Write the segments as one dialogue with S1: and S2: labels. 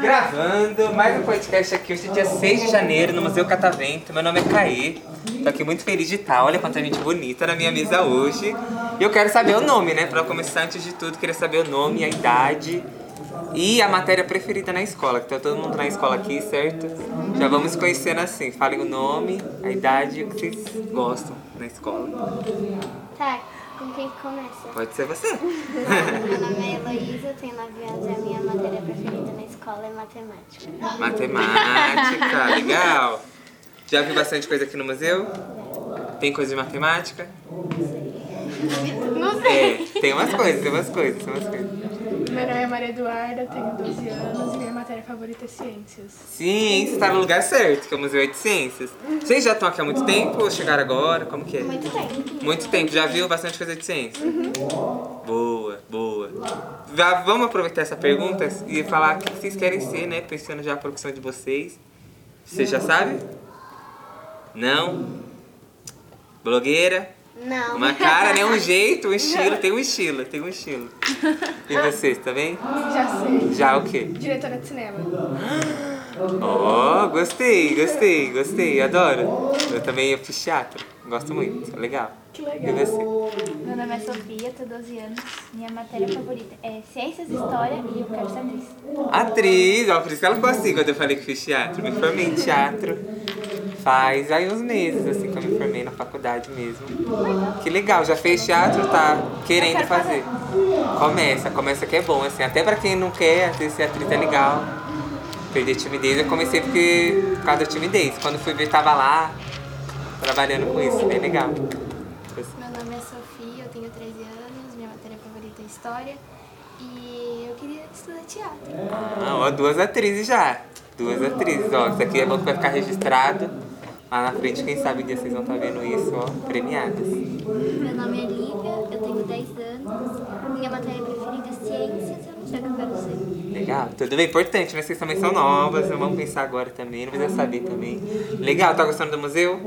S1: Gravando mais um podcast aqui, hoje é dia 6 de janeiro, no Museu Catavento. Meu nome é Caê, tô aqui muito feliz de estar. Olha quanta gente bonita na minha mesa hoje. E eu quero saber o nome, né? Pra começar, antes de tudo, queria saber o nome, a idade e a matéria preferida na escola, que tá todo mundo na escola aqui, certo? Já vamos conhecendo assim. Falem o nome, a idade e o que vocês gostam na escola.
S2: Tá, com quem que começa?
S1: Pode ser você.
S2: Meu nome é Heloísa, tenho 9 anos e a minha matéria preferida na escola é matemática.
S1: Matemática, legal. Já viu bastante coisa aqui no museu? Tem coisa de matemática?
S2: Não
S1: É, tem umas coisas, tem umas coisas, tem umas coisas.
S3: Meu nome é Maria Eduarda, tenho 12 anos e minha matéria favorita é ciências.
S1: Ciências, tá no lugar certo, que é o Museu de Ciências. Vocês já estão aqui há muito tempo ou chegaram agora? Como que é?
S2: Muito tempo.
S1: Muito tempo, já viu bastante coisa de ciência? Boa, boa. Já vamos aproveitar essa pergunta e falar o que vocês querem ser, né? Pensando já a profissão de vocês. Você já sabe? Não? Blogueira?
S2: Não.
S1: Uma cara, né? Um jeito, um estilo. Tem um estilo, tem um estilo. E vocês, tá bem?
S3: Já sei.
S1: Já o quê?
S3: Diretora de cinema.
S1: Ó, gostei, gostei, gostei, adoro. Eu também eu fiz teatro, gosto muito, é legal.
S3: Que
S1: E
S3: legal.
S1: você?
S4: Meu nome é Sofia, tenho 12 anos. Minha matéria favorita é Ciências, História e eu quero ser atriz.
S1: Atriz, ó, por isso que ela ficou assim quando eu falei que fiz teatro. Me formei em teatro faz aí uns meses, assim, que eu me formei na faculdade mesmo. Que legal, já fez teatro, tá querendo fazer. Começa, começa que é bom, assim, até pra quem não quer, às vezes ser atriz é legal. Perder timidez, eu comecei porque, por causa da timidez. Quando fui ver, tava lá, trabalhando com isso, bem legal. assim.
S5: Meu nome é Sofia, eu tenho 13 anos, minha matéria favorita é História e eu queria estudar teatro.
S1: Ah, ó, duas atrizes já. Duas atrizes, ó. Isso aqui é bom que vai ficar registrado. Lá na frente, quem sabe um dia vocês vão estar vendo isso, ó, premiadas.
S2: Meu nome é Lívia, eu tenho 10 anos. Minha matéria preferida é ciências, eu não sei o que eu quero ser.
S1: Legal, tudo bem, importante, né? Vocês também são novas, não vão pensar agora também, não precisa saber também. Legal, tá gostando do museu?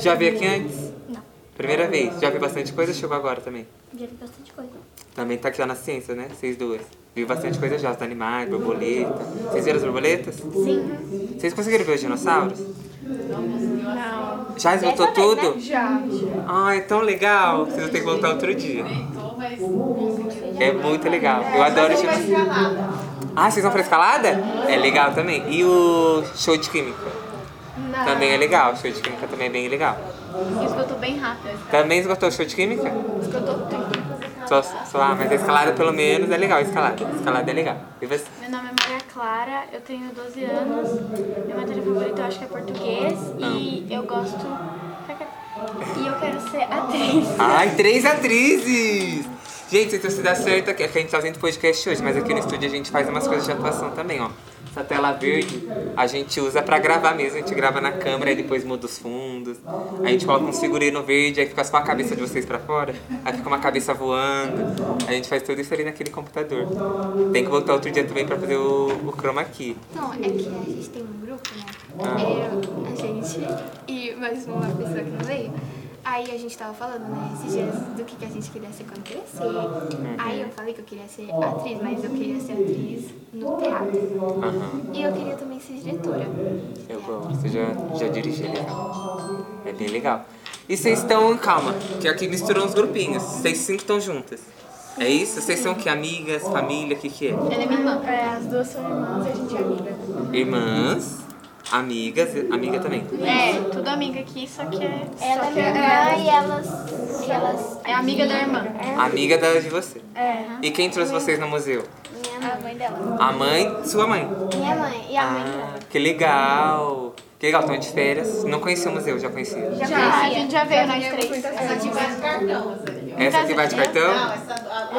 S1: Já veio aqui antes?
S2: Não.
S1: Primeira vez, já viu bastante coisa, chegou agora também.
S2: Já vi bastante coisa.
S1: Também tá aqui lá na ciência, né? Vocês duas. Viu bastante coisa já, os animais, borboleta. Vocês viram as borboletas?
S2: Sim.
S1: Vocês conseguiram ver os dinossauros?
S3: Não.
S1: Já esgotou
S2: Dessa vez, né?
S1: tudo?
S3: Já.
S1: Ah, é tão legal. Vocês vão ter que voltar outro dia. É muito legal. Eu adoro
S3: Mas é
S1: show
S3: vai
S1: de...
S3: ficar lá.
S1: Ah, vocês vão pra escalada? É legal também. E o show de química?
S3: Não.
S1: Também é legal. O show de química também é bem legal.
S3: Esgotou bem rápido.
S1: Também esgotou o show de química?
S3: Esgotou tudo.
S1: Só, só, ah, mas a escalada pelo menos é legal. A escalada. A escalada é legal. E você?
S5: Meu nome é Maria Clara, eu tenho 12 anos, minha matéria favorita eu acho que é português e eu gosto. Tá E eu quero ser atriz.
S1: Ai, três atrizes! Gente, se você dá certo, aqui, é que a gente tá fazendo podcast hoje, mas aqui no estúdio a gente faz umas coisas de atuação também, ó. Essa tela verde a gente usa pra gravar mesmo, a gente grava na câmera e depois muda os fundos. Aí a gente coloca um figurino verde, aí fica só a cabeça de vocês pra fora, aí fica uma cabeça voando. A gente faz tudo isso ali naquele computador. Tem que voltar outro dia também pra fazer o, o chroma key.
S5: Então, é que a gente tem um grupo, né? Eu, a gente e mais uma pessoa que não veio. Aí a gente tava falando, né, esses dias do que, que a gente queria ser quando crescer. Aí eu falei que eu queria ser atriz, mas eu queria ser atriz no teatro.
S1: Aham.
S5: E eu queria também ser diretora.
S1: Eu gosto, já, já dirigi, é legal. É bem legal. E vocês estão, calma, que aqui misturou uns grupinhos. Vocês cinco estão juntas. É isso? Vocês são o que? Amigas, família, o que que é?
S3: Ela é minha irmã. É, as duas são irmãs e a gente é amiga.
S1: Irmãs, amigas, amiga também.
S5: É, tudo amiga aqui, só que é.
S2: Ela é
S3: que
S2: minha
S3: é-
S2: irmã e elas. E elas
S5: É amiga da irmã.
S1: Amiga da de você.
S3: É.
S1: E quem trouxe vocês no museu?
S2: minha mãe.
S1: A mãe, sua mãe.
S2: Minha mãe. E a mãe dela.
S1: Ah, que legal. Que legal, estão de férias. Não conhecia o museu, já conhecia.
S5: Já, a gente já veio nós três.
S3: Essa tipo
S1: Essa que vai de cartão?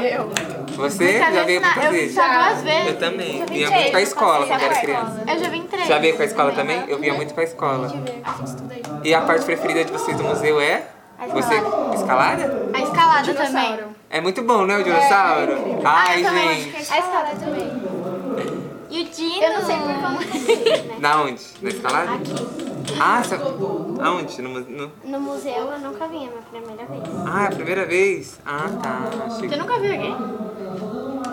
S3: Eu.
S1: Você já veio muitas
S5: Eu vim
S1: vezes.
S5: só duas vezes.
S1: Eu também.
S5: vim
S1: Vinha muito pra
S5: três,
S1: escola quando era
S5: passei pra
S1: criança.
S5: Eu já vim três.
S1: Já veio pra escola também? Eu vinha muito pra escola.
S5: A gente estuda aí.
S1: E a parte preferida de vocês do museu é? Você escalada?
S5: A escalada também.
S3: Dinossauro.
S1: É muito bom, né, o
S5: É,
S1: dinossauro?
S4: Ah,
S5: Ah,
S1: Ai,
S4: então é
S1: gente.
S5: A escalada também. E o Dino.
S2: Eu não sei por como.
S5: assim.
S1: Na onde? Na escalada? Aqui. Ah, você... Aonde? No, mu- no...
S2: No museu eu nunca vim, é minha primeira vez.
S1: Ah, é a primeira vez? Ah, tá. Achei...
S3: Você nunca viu alguém?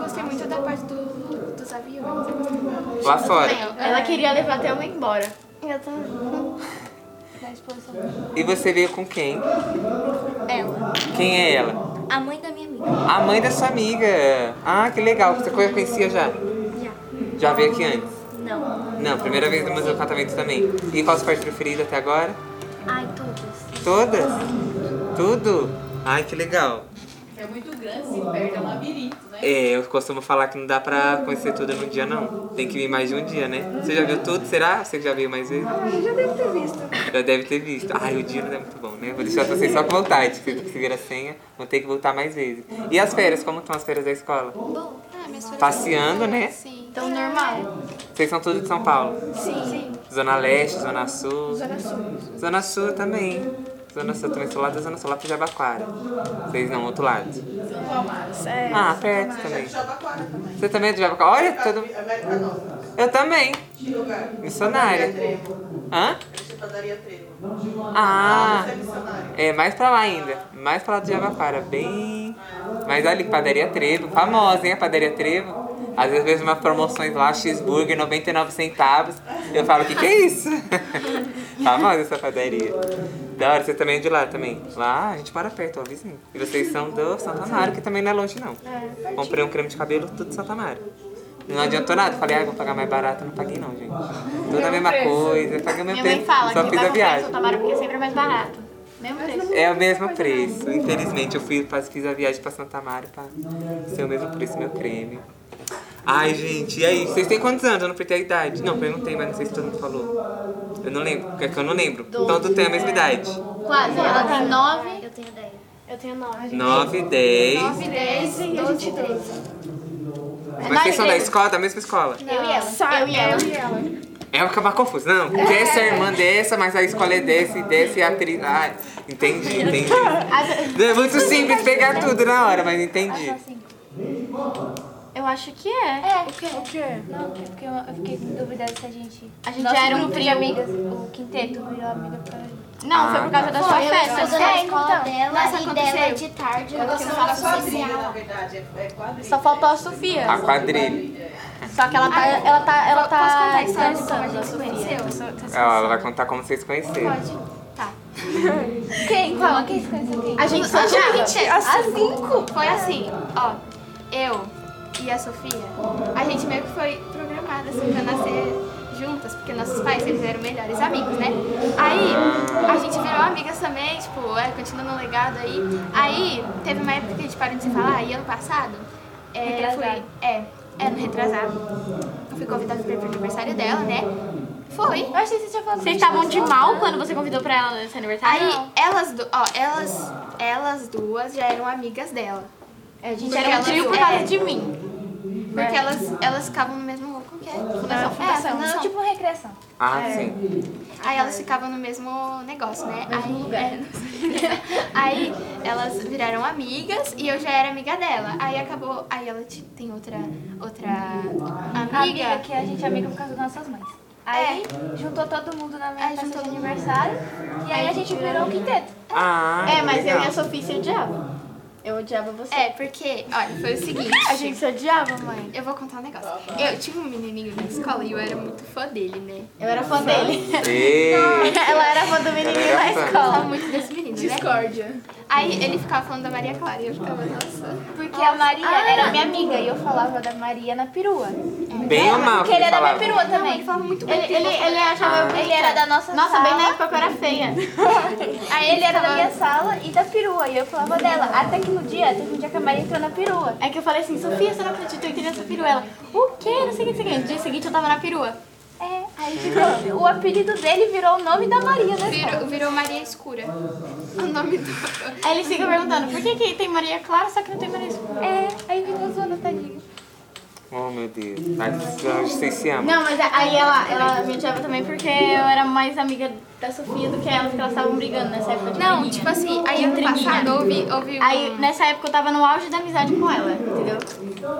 S5: Gostei muito da parte do, dos aviões.
S1: Lá fora.
S3: Ela queria levar até uma embora.
S2: Eu também.
S4: Da exposição.
S1: E você veio com quem?
S2: Ela.
S1: Quem é ela?
S2: A mãe da minha amiga.
S1: A mãe da sua amiga. Ah, que legal. Você co- conhecia já?
S2: Já.
S1: Já veio aqui antes?
S2: Não.
S1: Não, primeira vez no Museu do Apartamento também. E qual a sua parte preferida até agora?
S2: Ai, todas.
S1: Todas? Tudo? Ai, que legal.
S6: É muito grande, se perde, é um labirinto, né?
S1: É, eu costumo falar que não dá pra conhecer tudo num dia, não. Tem que vir mais de um dia, né? Você já viu tudo? Será? Você já viu mais vezes?
S6: Ah,
S3: Eu já devo ter visto.
S1: Já deve ter visto. Ai, o dia não é muito bom, né? Vou deixar vocês só com vontade. Vocês conseguiram a senha, vão ter que voltar mais vezes. E as férias? Como estão as férias da escola?
S2: Bom, é,
S5: Ah, minhas férias-
S1: Passeando, né?
S5: Sim.
S3: Então, normal.
S1: Vocês são todos de São Paulo?
S3: Sim.
S1: Zona Leste, Zona Sul.
S3: Zona Sul.
S1: Zona Sul também. Zona Sul também, sou lá da Zona Sul, lá pro Jabaquara. Vocês não, outro lado.
S6: São Palmares.
S3: É.
S1: Ah, perto também.
S6: Jabaquara também.
S1: Você também é de Jabaquara? Olha, todo
S6: América Nossa.
S1: Eu também.
S6: Que lugar?
S1: Missionária.
S6: Padaria Trevo.
S1: Hã?
S6: Essa padaria Trevo.
S1: Ah,
S6: Você é missionária.
S1: é mais pra lá ainda. Mais pra lá do Jabaquara, bem... Mas olha, que padaria Trevo, famosa, hein, a padaria Trevo. Às vezes eu vejo umas promoções lá, cheeseburger, 99 centavos. Eu falo, o que que é isso? famosa essa padaria. Da hora, você também é de lá também. Lá, a gente mora perto, ó, vizinho. E vocês são do Santo Amaro, que também não é longe, não. Comprei um creme de cabelo, tudo Santo Amaro. Não adiantou nada, falei, ah, vou pagar mais barato, não paguei não, gente. Tudo a mesma
S3: preço.
S1: coisa, eu paguei o mesmo
S4: Minha
S1: preço,
S4: mãe fala
S1: só
S4: que
S1: fiz
S4: vai
S1: a
S4: comprar em
S1: viagem.
S4: Santa Mara porque é sempre mais barato. Mesmo preço.
S1: É o mesmo preço, infelizmente. Eu fui, faz- fiz a viagem pra Santa Mara pra ser o mesmo preço, meu creme. Ai, gente, e aí? Vocês têm quantos anos? Eu não perguntei a idade. Não, perguntei, mas não sei se todo mundo falou. Eu não lembro, porque é que eu não lembro. Então tu tem a mesma idade.
S4: Quase. Ela tem nove.
S2: É, eu tenho 10.
S3: Eu tenho nove.
S1: 9, 10.
S3: Dez e a gente doze.
S1: Mas vocês são da escola, da mesma escola?
S4: Eu e ela.
S3: Só
S4: Eu e ela.
S3: Eu e ela.
S1: É uma acabar confuso. Não, porque essa é a irmã dessa, mas a escola é dessa e dessa e a atriz. Ah, entendi, entendi. É muito simples pegar tudo na hora, mas entendi.
S4: Eu acho que é.
S3: O quê? O quê?
S4: Não, é porque eu, eu fiquei com dúvida se a gente.
S3: A gente
S4: Nosso
S3: já era um
S4: grupo de
S3: trio.
S4: amigas. O quinteto virou amiga pra
S1: Ah,
S4: Não, foi por causa da sua
S2: Eu
S4: festa.
S2: sou da escola dela
S4: Nossa,
S2: e
S4: aconteceu.
S2: dela de tarde, porque eu assim.
S6: Ela
S2: faço
S6: só trilha,
S2: social.
S6: na verdade. É é quadrilha.
S4: Só faltou a
S1: A
S4: Sofia.
S1: quadrilha.
S4: Só que ela tá. Ela tá. Ela tá. Posso contar a história de como a dançando, gente a se Sofia. conheceu?
S1: Ela ela vai contar como vocês conheceram.
S4: Quem? Qual? Quem se conheceu quem?
S5: A gente só já.
S4: é
S3: A cinco.
S5: Foi assim, ó. Eu e a Sofia, a gente meio que foi programada assim pra nascer juntas, porque nossos pais, eles eram melhores amigos, né? Aí, a gente virou amigas também, tipo, é, continuando o legado aí. Aí, teve uma época que a gente parou de se falar, e ano passado, é, eu fui...
S4: Retrasado.
S5: É, é, no retrasado. Eu fui convidada pra ir pro aniversário dela, né? Foi.
S4: Eu achei que você tinha falado. Vocês estavam de mal quando você convidou pra ela nesse aniversário?
S5: Aí, elas, du- ó, elas, elas duas já eram amigas dela.
S4: A gente
S5: Porque
S4: era um
S5: elas-
S4: trio por
S5: é.
S4: causa de mim.
S5: Porque elas, elas ficavam no mesmo rolo. Como que é? Fundação.
S4: Fundação. Não, tipo recreação.
S1: Ah, sim.
S5: Aí elas ficavam no mesmo negócio, né? aí, é, não sei. aí elas viraram amigas e eu já era amiga dela. Aí acabou. Aí ela ti- tem outra, outra
S4: A
S5: amiga. É.
S4: amiga que a gente é amiga por causa das nossas mães. Aí juntou todo mundo na minha
S5: Aí
S4: festa
S5: juntou
S4: de
S5: todo mundo.
S4: aniversário e aí a gente virou um quinteto.
S1: Ah,
S3: É, mas eu
S1: legal.
S3: e a Sofia se odiavam. Eu odiava você.
S5: É, porque, olha, foi o seguinte.
S3: A gente se odiava, mãe.
S5: Eu vou contar um negócio. Eu tinha um menininho na escola e eu era muito fã dele, né?
S3: Eu era fã dele.
S1: Ei,
S3: Ela era fã do menininho
S1: Ela
S3: na
S1: era fã.
S5: Eu gostava
S3: escola.
S5: muito desse menino, né?
S3: Discórdia.
S5: Aí ele ficava falando da Maria Clara e eu ficava, nossa.
S4: Porque a Maria era minha amiga e eu falava da Maria na perua.
S1: bem ou mal?
S4: Porque ele era minha perua
S5: Não, ele
S4: também.
S5: falava muito bem. Ah, então.
S4: Ele, ele, ele achava eu- ele era da nossa
S3: Nossa,
S4: sala.
S3: bem na época que eu era feia.
S4: Aí ele era da minha sala e da perua. E eu falava dela. Até que no dia, teve um dia que a Maria entrou na perua.
S3: É que eu falei assim, Sofia, você não acredita, eu entrei nessa perua. Ela, o quê? Não sei o que, não sei o que. No dia seguinte eu tava na perua.
S4: É, aí ficou. O apelido dele virou o nome da Maria né? da escola.
S5: Virou, virou Maria Escura. O nome do.
S3: Aí eles ficam perguntando, por que, que tem Maria Clara, só que não tem Maria Escura?
S4: É, aí ficou zoando, tadinho.
S1: Oh, meu Deus. é Ai, vocês- vocês se amam.
S4: Não, mas aí ela, ela me odiava também porque eu era mais amiga da Sofia do que ela, porque elas estavam brigando nessa época de
S5: Não,
S4: briguinha.
S5: tipo assim, aí ano
S4: Intriguinha.
S5: passado houve, houve um...
S4: Aí nessa época eu tava no auge da amizade com ela, entendeu?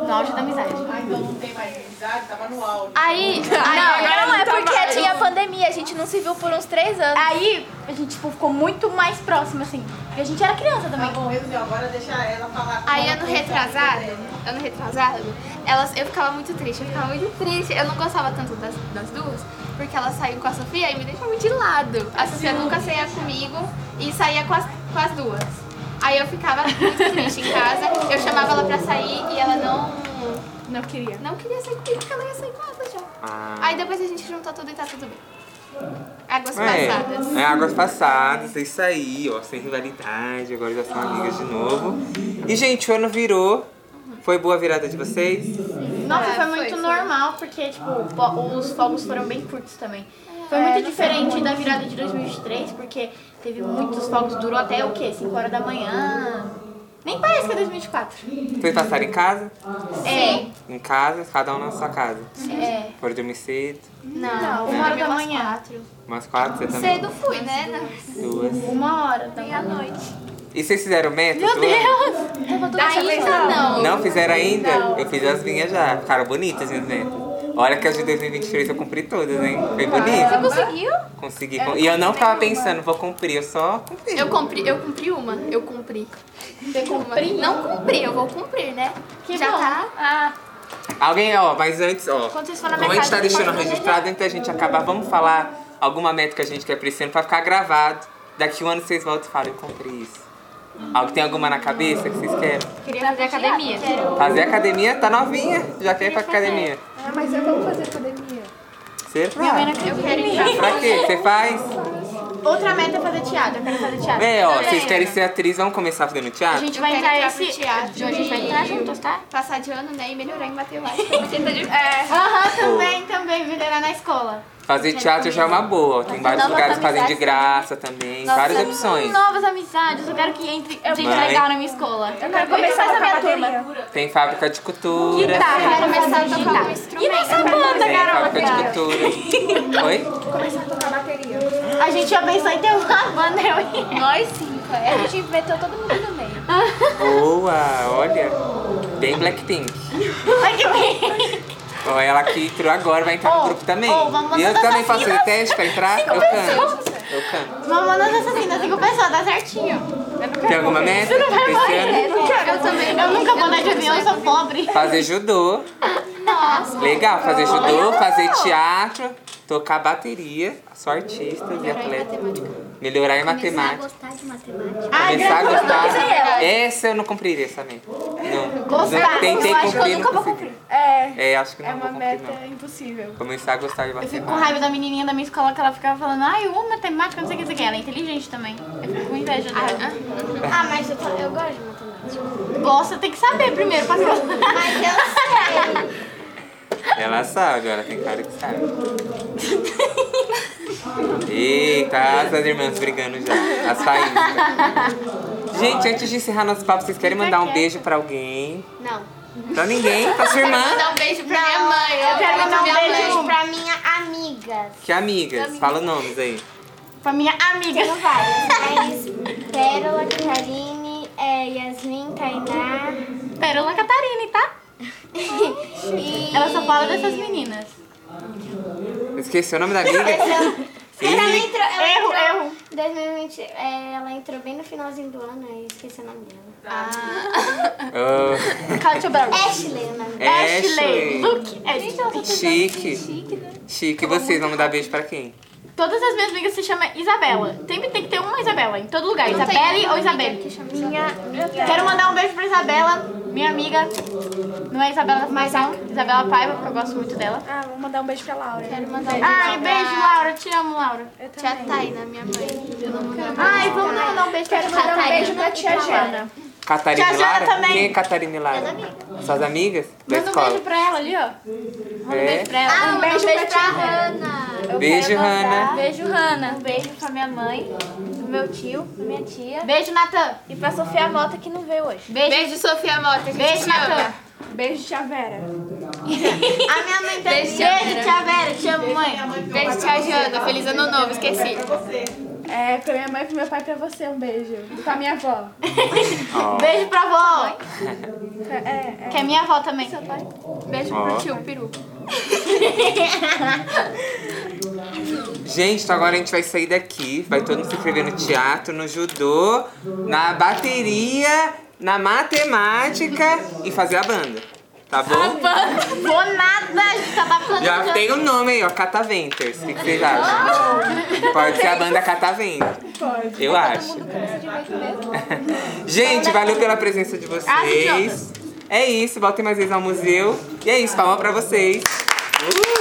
S4: No auge da amizade.
S6: Então não tem mais amizade, tava no auge.
S5: Aí, não,
S4: agora
S5: não,
S4: não
S5: é
S4: tá
S5: porque
S4: mais.
S5: tinha pandemia, a gente não se viu por uns três anos.
S4: Aí a gente tipo, ficou muito mais próxima, assim. E a gente era criança também.
S6: Bom, resumiu, agora deixa ela falar.
S5: Aí ano retrasado, ano retrasado, elas, eu ficava muito triste, eu ficava muito triste. Eu não gostava tanto das, das duas, porque elas saíam com a Sofia e me deixavam de lado. A Sofia nunca saía comigo e saía com as, com as duas. Aí eu ficava muito triste em casa, eu chamava ela pra sair e ela não,
S3: Não queria.
S5: não queria sair comigo, porque ela ia sair com ela já.
S1: Ah.
S5: Aí depois a gente juntou tudo e tá tudo bem. Águas passadas.
S1: É, é, águas passadas, é isso aí, ó, sem rivalidade, agora já são amigas de novo. E, gente, o ano virou. Foi boa a virada de vocês?
S4: Nossa,
S5: É,
S4: foi
S5: foi,
S4: muito
S5: foi.
S4: normal, porque, tipo, fo- os fogos foram bem curtos também.
S5: É,
S4: Foi muito diferente da virada de 2023, porque teve muitos fogos, durou até o quê? 5 horas da manhã. Nem parece que é 2024.
S1: Vocês passaram em casa?
S4: É,
S1: Em casa, cada um na sua casa.
S4: é.
S1: Foram dormir cedo,
S4: Não, uma hora da manhã.
S1: umas quatro, você também?
S5: Cedo fui, né? Não.
S1: Duas.
S4: Uma hora da manhã.
S5: noite.
S1: E vocês fizeram meta?
S4: Meu
S1: do ano?
S4: Deus!
S5: Ainda não.
S1: Não fizeram ainda? Eu fiz as minhas já. Ficaram bonitas minhas metas. Olha que as de 2023 eu cumpri todas, hein? Foi
S5: Você
S1: bonito.
S5: conseguiu?
S1: Consegui. com- E eu não ficava pensando, vou cumprir, eu só cumpri.
S5: Eu cumpri, eu cumpri uma. Eu cumpri.
S4: cumpri?
S5: Uma. Não cumpri, eu vou cumprir, né?
S4: Que
S5: Já
S4: bom.
S5: tá.
S4: Ah,
S1: Alguém, ó, mas antes, ó.
S4: Quando vocês falam
S1: Como a gente tá
S4: metade, um
S1: deixando
S4: pode
S1: registrado, antes da gente acabar, vamos falar alguma meta que a gente quer pra esse ano pra ficar gravado. Daqui um ano vocês voltam e falam, eu comprei isso. Algo, tem alguma na cabeça que vocês querem?
S4: queria fazer academia.
S1: Fazer academia? Tá novinha, já quer ir pra academia.
S3: Ah, mas eu vou fazer academia.
S1: Você
S4: Tá
S1: faz.
S5: Eu quero entrar.
S1: Pra quê? Você faz?
S4: Outra meta é fazer teatro. Eu quero fazer teatro.
S1: É, ó,
S4: Também.
S1: vocês querem ser atriz, vamos começar fazendo
S4: A
S1: teatro?
S4: gente vai
S5: Eu quero
S4: entrar
S5: entrar pro
S4: esse...
S5: teatro.
S4: A gente vai entrar juntos, tá?
S5: Passar de ano, né? E melhorar em matemática. Porque tá de...
S4: Aham, também, também. Melhorar na escola.
S1: Fazer teatro já é uma boa, ó. tem vários
S4: Novas
S1: lugares que fazem de
S4: amizades
S1: graça também, várias opções.
S4: Novas amizades, eu quero que entre gente
S1: Mãe.
S4: legal na minha escola. Tá, Eu
S3: quero começar a tocar bateria.
S1: Tem fábrica de cultura,
S4: Tá, eu quero começar a
S5: Guitarra.
S4: tocar um instrumento. E nossa banda,
S1: tem fábrica de
S4: garota?
S1: cultura. Oi?
S3: Começar a tocar bateria.
S4: A gente já pensou em ter uma banda, eu ia.
S5: Nós cinco.
S4: é,
S5: A gente inventou todo mundo no meio.
S1: Boa, olha. Bem Blackpink.
S4: Ai, que bem.
S1: Ó, ela que entrou agora vai entrar
S4: Ó,
S1: no grupo também.
S4: ó, vamos
S1: e eu
S4: dançar
S1: também faço
S4: filas.
S1: teste pra entrar,
S4: Cinco
S1: eu canto.
S4: pessoas.
S1: Eu canto.
S4: Mamãe das assassinas, cinco pessoas, dá certinho.
S1: Tem alguma meta
S4: Você não vai
S1: esse ano?
S4: morrer. Eu também. Eu nunca vou andar de avião, eu sou pobre.
S1: Fazer judô.
S5: Nossa.
S1: Legal, fazer judô, fazer teatro, tocar bateria. Sou artista e atleta. Melhorar em
S2: Começar a
S1: matemática.
S2: gostar de matemática.
S4: Ai,
S1: Começar a
S4: graças a Deus, eu
S1: gostar.
S4: ela.
S1: Essa eu não cumpriria essa meta. Não.
S4: Gostar.
S1: Tentei
S4: Eu acho que
S1: cumprir,
S4: eu
S1: não
S4: nunca vou
S1: consegui.
S4: cumprir.
S3: É,
S1: É, acho que não
S3: é uma
S1: vou cumprir,
S3: meta
S1: não.
S3: impossível.
S1: Começar a gostar de
S4: Eu fico com
S1: matemática.
S4: raiva da menininha da minha escola que ela ficava falando, ai, eu amo matemática, não sei o que, não sei o que. Ela é inteligente também. Eu fico com inveja dela. Uhum.
S2: Ah, mas eu, eu gosto de matemática.
S4: Gosta, tem que saber primeiro pra gostar.
S2: Mas eu sei.
S1: Ela sabe, ela tem cara que sabe. Eita, as irmãs brigando já. As faíscas. Gente, antes de encerrar nosso papo, vocês querem mandar um beijo pra alguém?
S5: Não.
S1: Pra ninguém? Pra sua irmã?
S5: Mandar um beijo pra minha mãe. Eu
S4: quero mandar um
S5: minha
S4: beijo
S5: mãe.
S2: pra minha amiga.
S1: Que amigas? Fala nomes aí.
S4: pra minha amiga.
S2: Tenho várias, mas Pérola, Karine, é, Yasmin, Tainá
S4: Pérola Catarina, tá?
S2: e...
S4: Ela só fala dessas meninas.
S1: Esqueceu o nome da amiga?
S2: Ela
S1: Ih,
S2: entrou, ela
S4: Erro,
S2: entrou-
S4: erro.
S2: 2020, é, ela entrou bem no finalzinho do ano, aí eu esqueci o nome dela. Ah.
S1: oh,
S4: Cátia Brown.
S2: Ashley, o nome dela.
S4: Ashley.
S1: Ashley.
S4: Luke. Ashley.
S1: É Chique.
S5: Chique, né?
S1: Chique. E vocês vão mandar beijo pra quem?
S4: Todas as minhas amigas se chamam Isabela. Sempre tem que ter uma Isabela, em todo lugar. Isabelle ou Isabelle.
S2: Minha amiga.
S4: Quero mandar um beijo pra Isabela, minha amiga. Não é Isabela da Fundação, Isabela Paiva, porque eu gosto muito dela.
S3: Ah, vou mandar um beijo pra Laura.
S5: Quero mandar um
S4: Ai,
S5: beijo
S4: beijo, Laura. Te amo, Laura.
S3: Eu
S5: pra tia
S3: também.
S5: Taina, tá minha mãe. Eu não mando
S4: Ai, vamos mandar um beijo pra
S3: Quero mandar um
S4: Catarina.
S3: beijo pra tia Jana.
S1: Catarina e
S4: Tia Jana
S1: Lara?
S4: também.
S1: Quem é Catarina e Lara? Suas amigas? Da
S4: Manda um beijo
S1: escola?
S4: pra ela ali, ó. Manda um
S1: É.
S4: beijo pra ela.
S2: Ah,
S4: um beijo,
S2: pra,
S4: pra tia
S2: Hannah.
S1: Beijo,
S4: Hannah.
S1: Hannah.
S4: Beijo, Hanna. Um beijo pra minha mãe, pro meu tio, pra minha tia. Beijo, Natan.
S5: E pra Sofia Mota que não veio hoje.
S4: Beijo.
S5: Beijo, Sofia Mota.
S4: Beijo, Natan.
S3: Beijo, tia Vera.
S4: A minha mãe tá. Beijo, tia Vera. Te amo, mãe.
S5: Beijo, tia Jana. Feliz ano novo, esqueci.
S6: Pra você.
S3: É, pra minha mãe, pro meu pai, pra você, um beijo. E pra minha avó.
S1: Ó,
S4: Beijo pra vó.
S3: Pra- é, é.
S4: Que é minha avó também.
S5: Beijo
S1: Ó.
S5: pro tio Peru.
S1: Gente, então agora a gente vai sair daqui. Vai todo mundo se inscrever no teatro, no judô, na bateria, na matemática e fazer a banda. Tá bom?
S4: Vou nada, a gente tá
S1: Já
S4: planejando.
S1: tem o nome aí, ó, Cataventers. O que que vocês acham? Pode ser a banda Cataventers.
S3: Pode.
S1: Eu acho. Gente, valeu pela presença de
S4: Ah,
S1: vocês. É isso, voltem mais vezes ao museu. E é isso, palma pra vocês. Uh!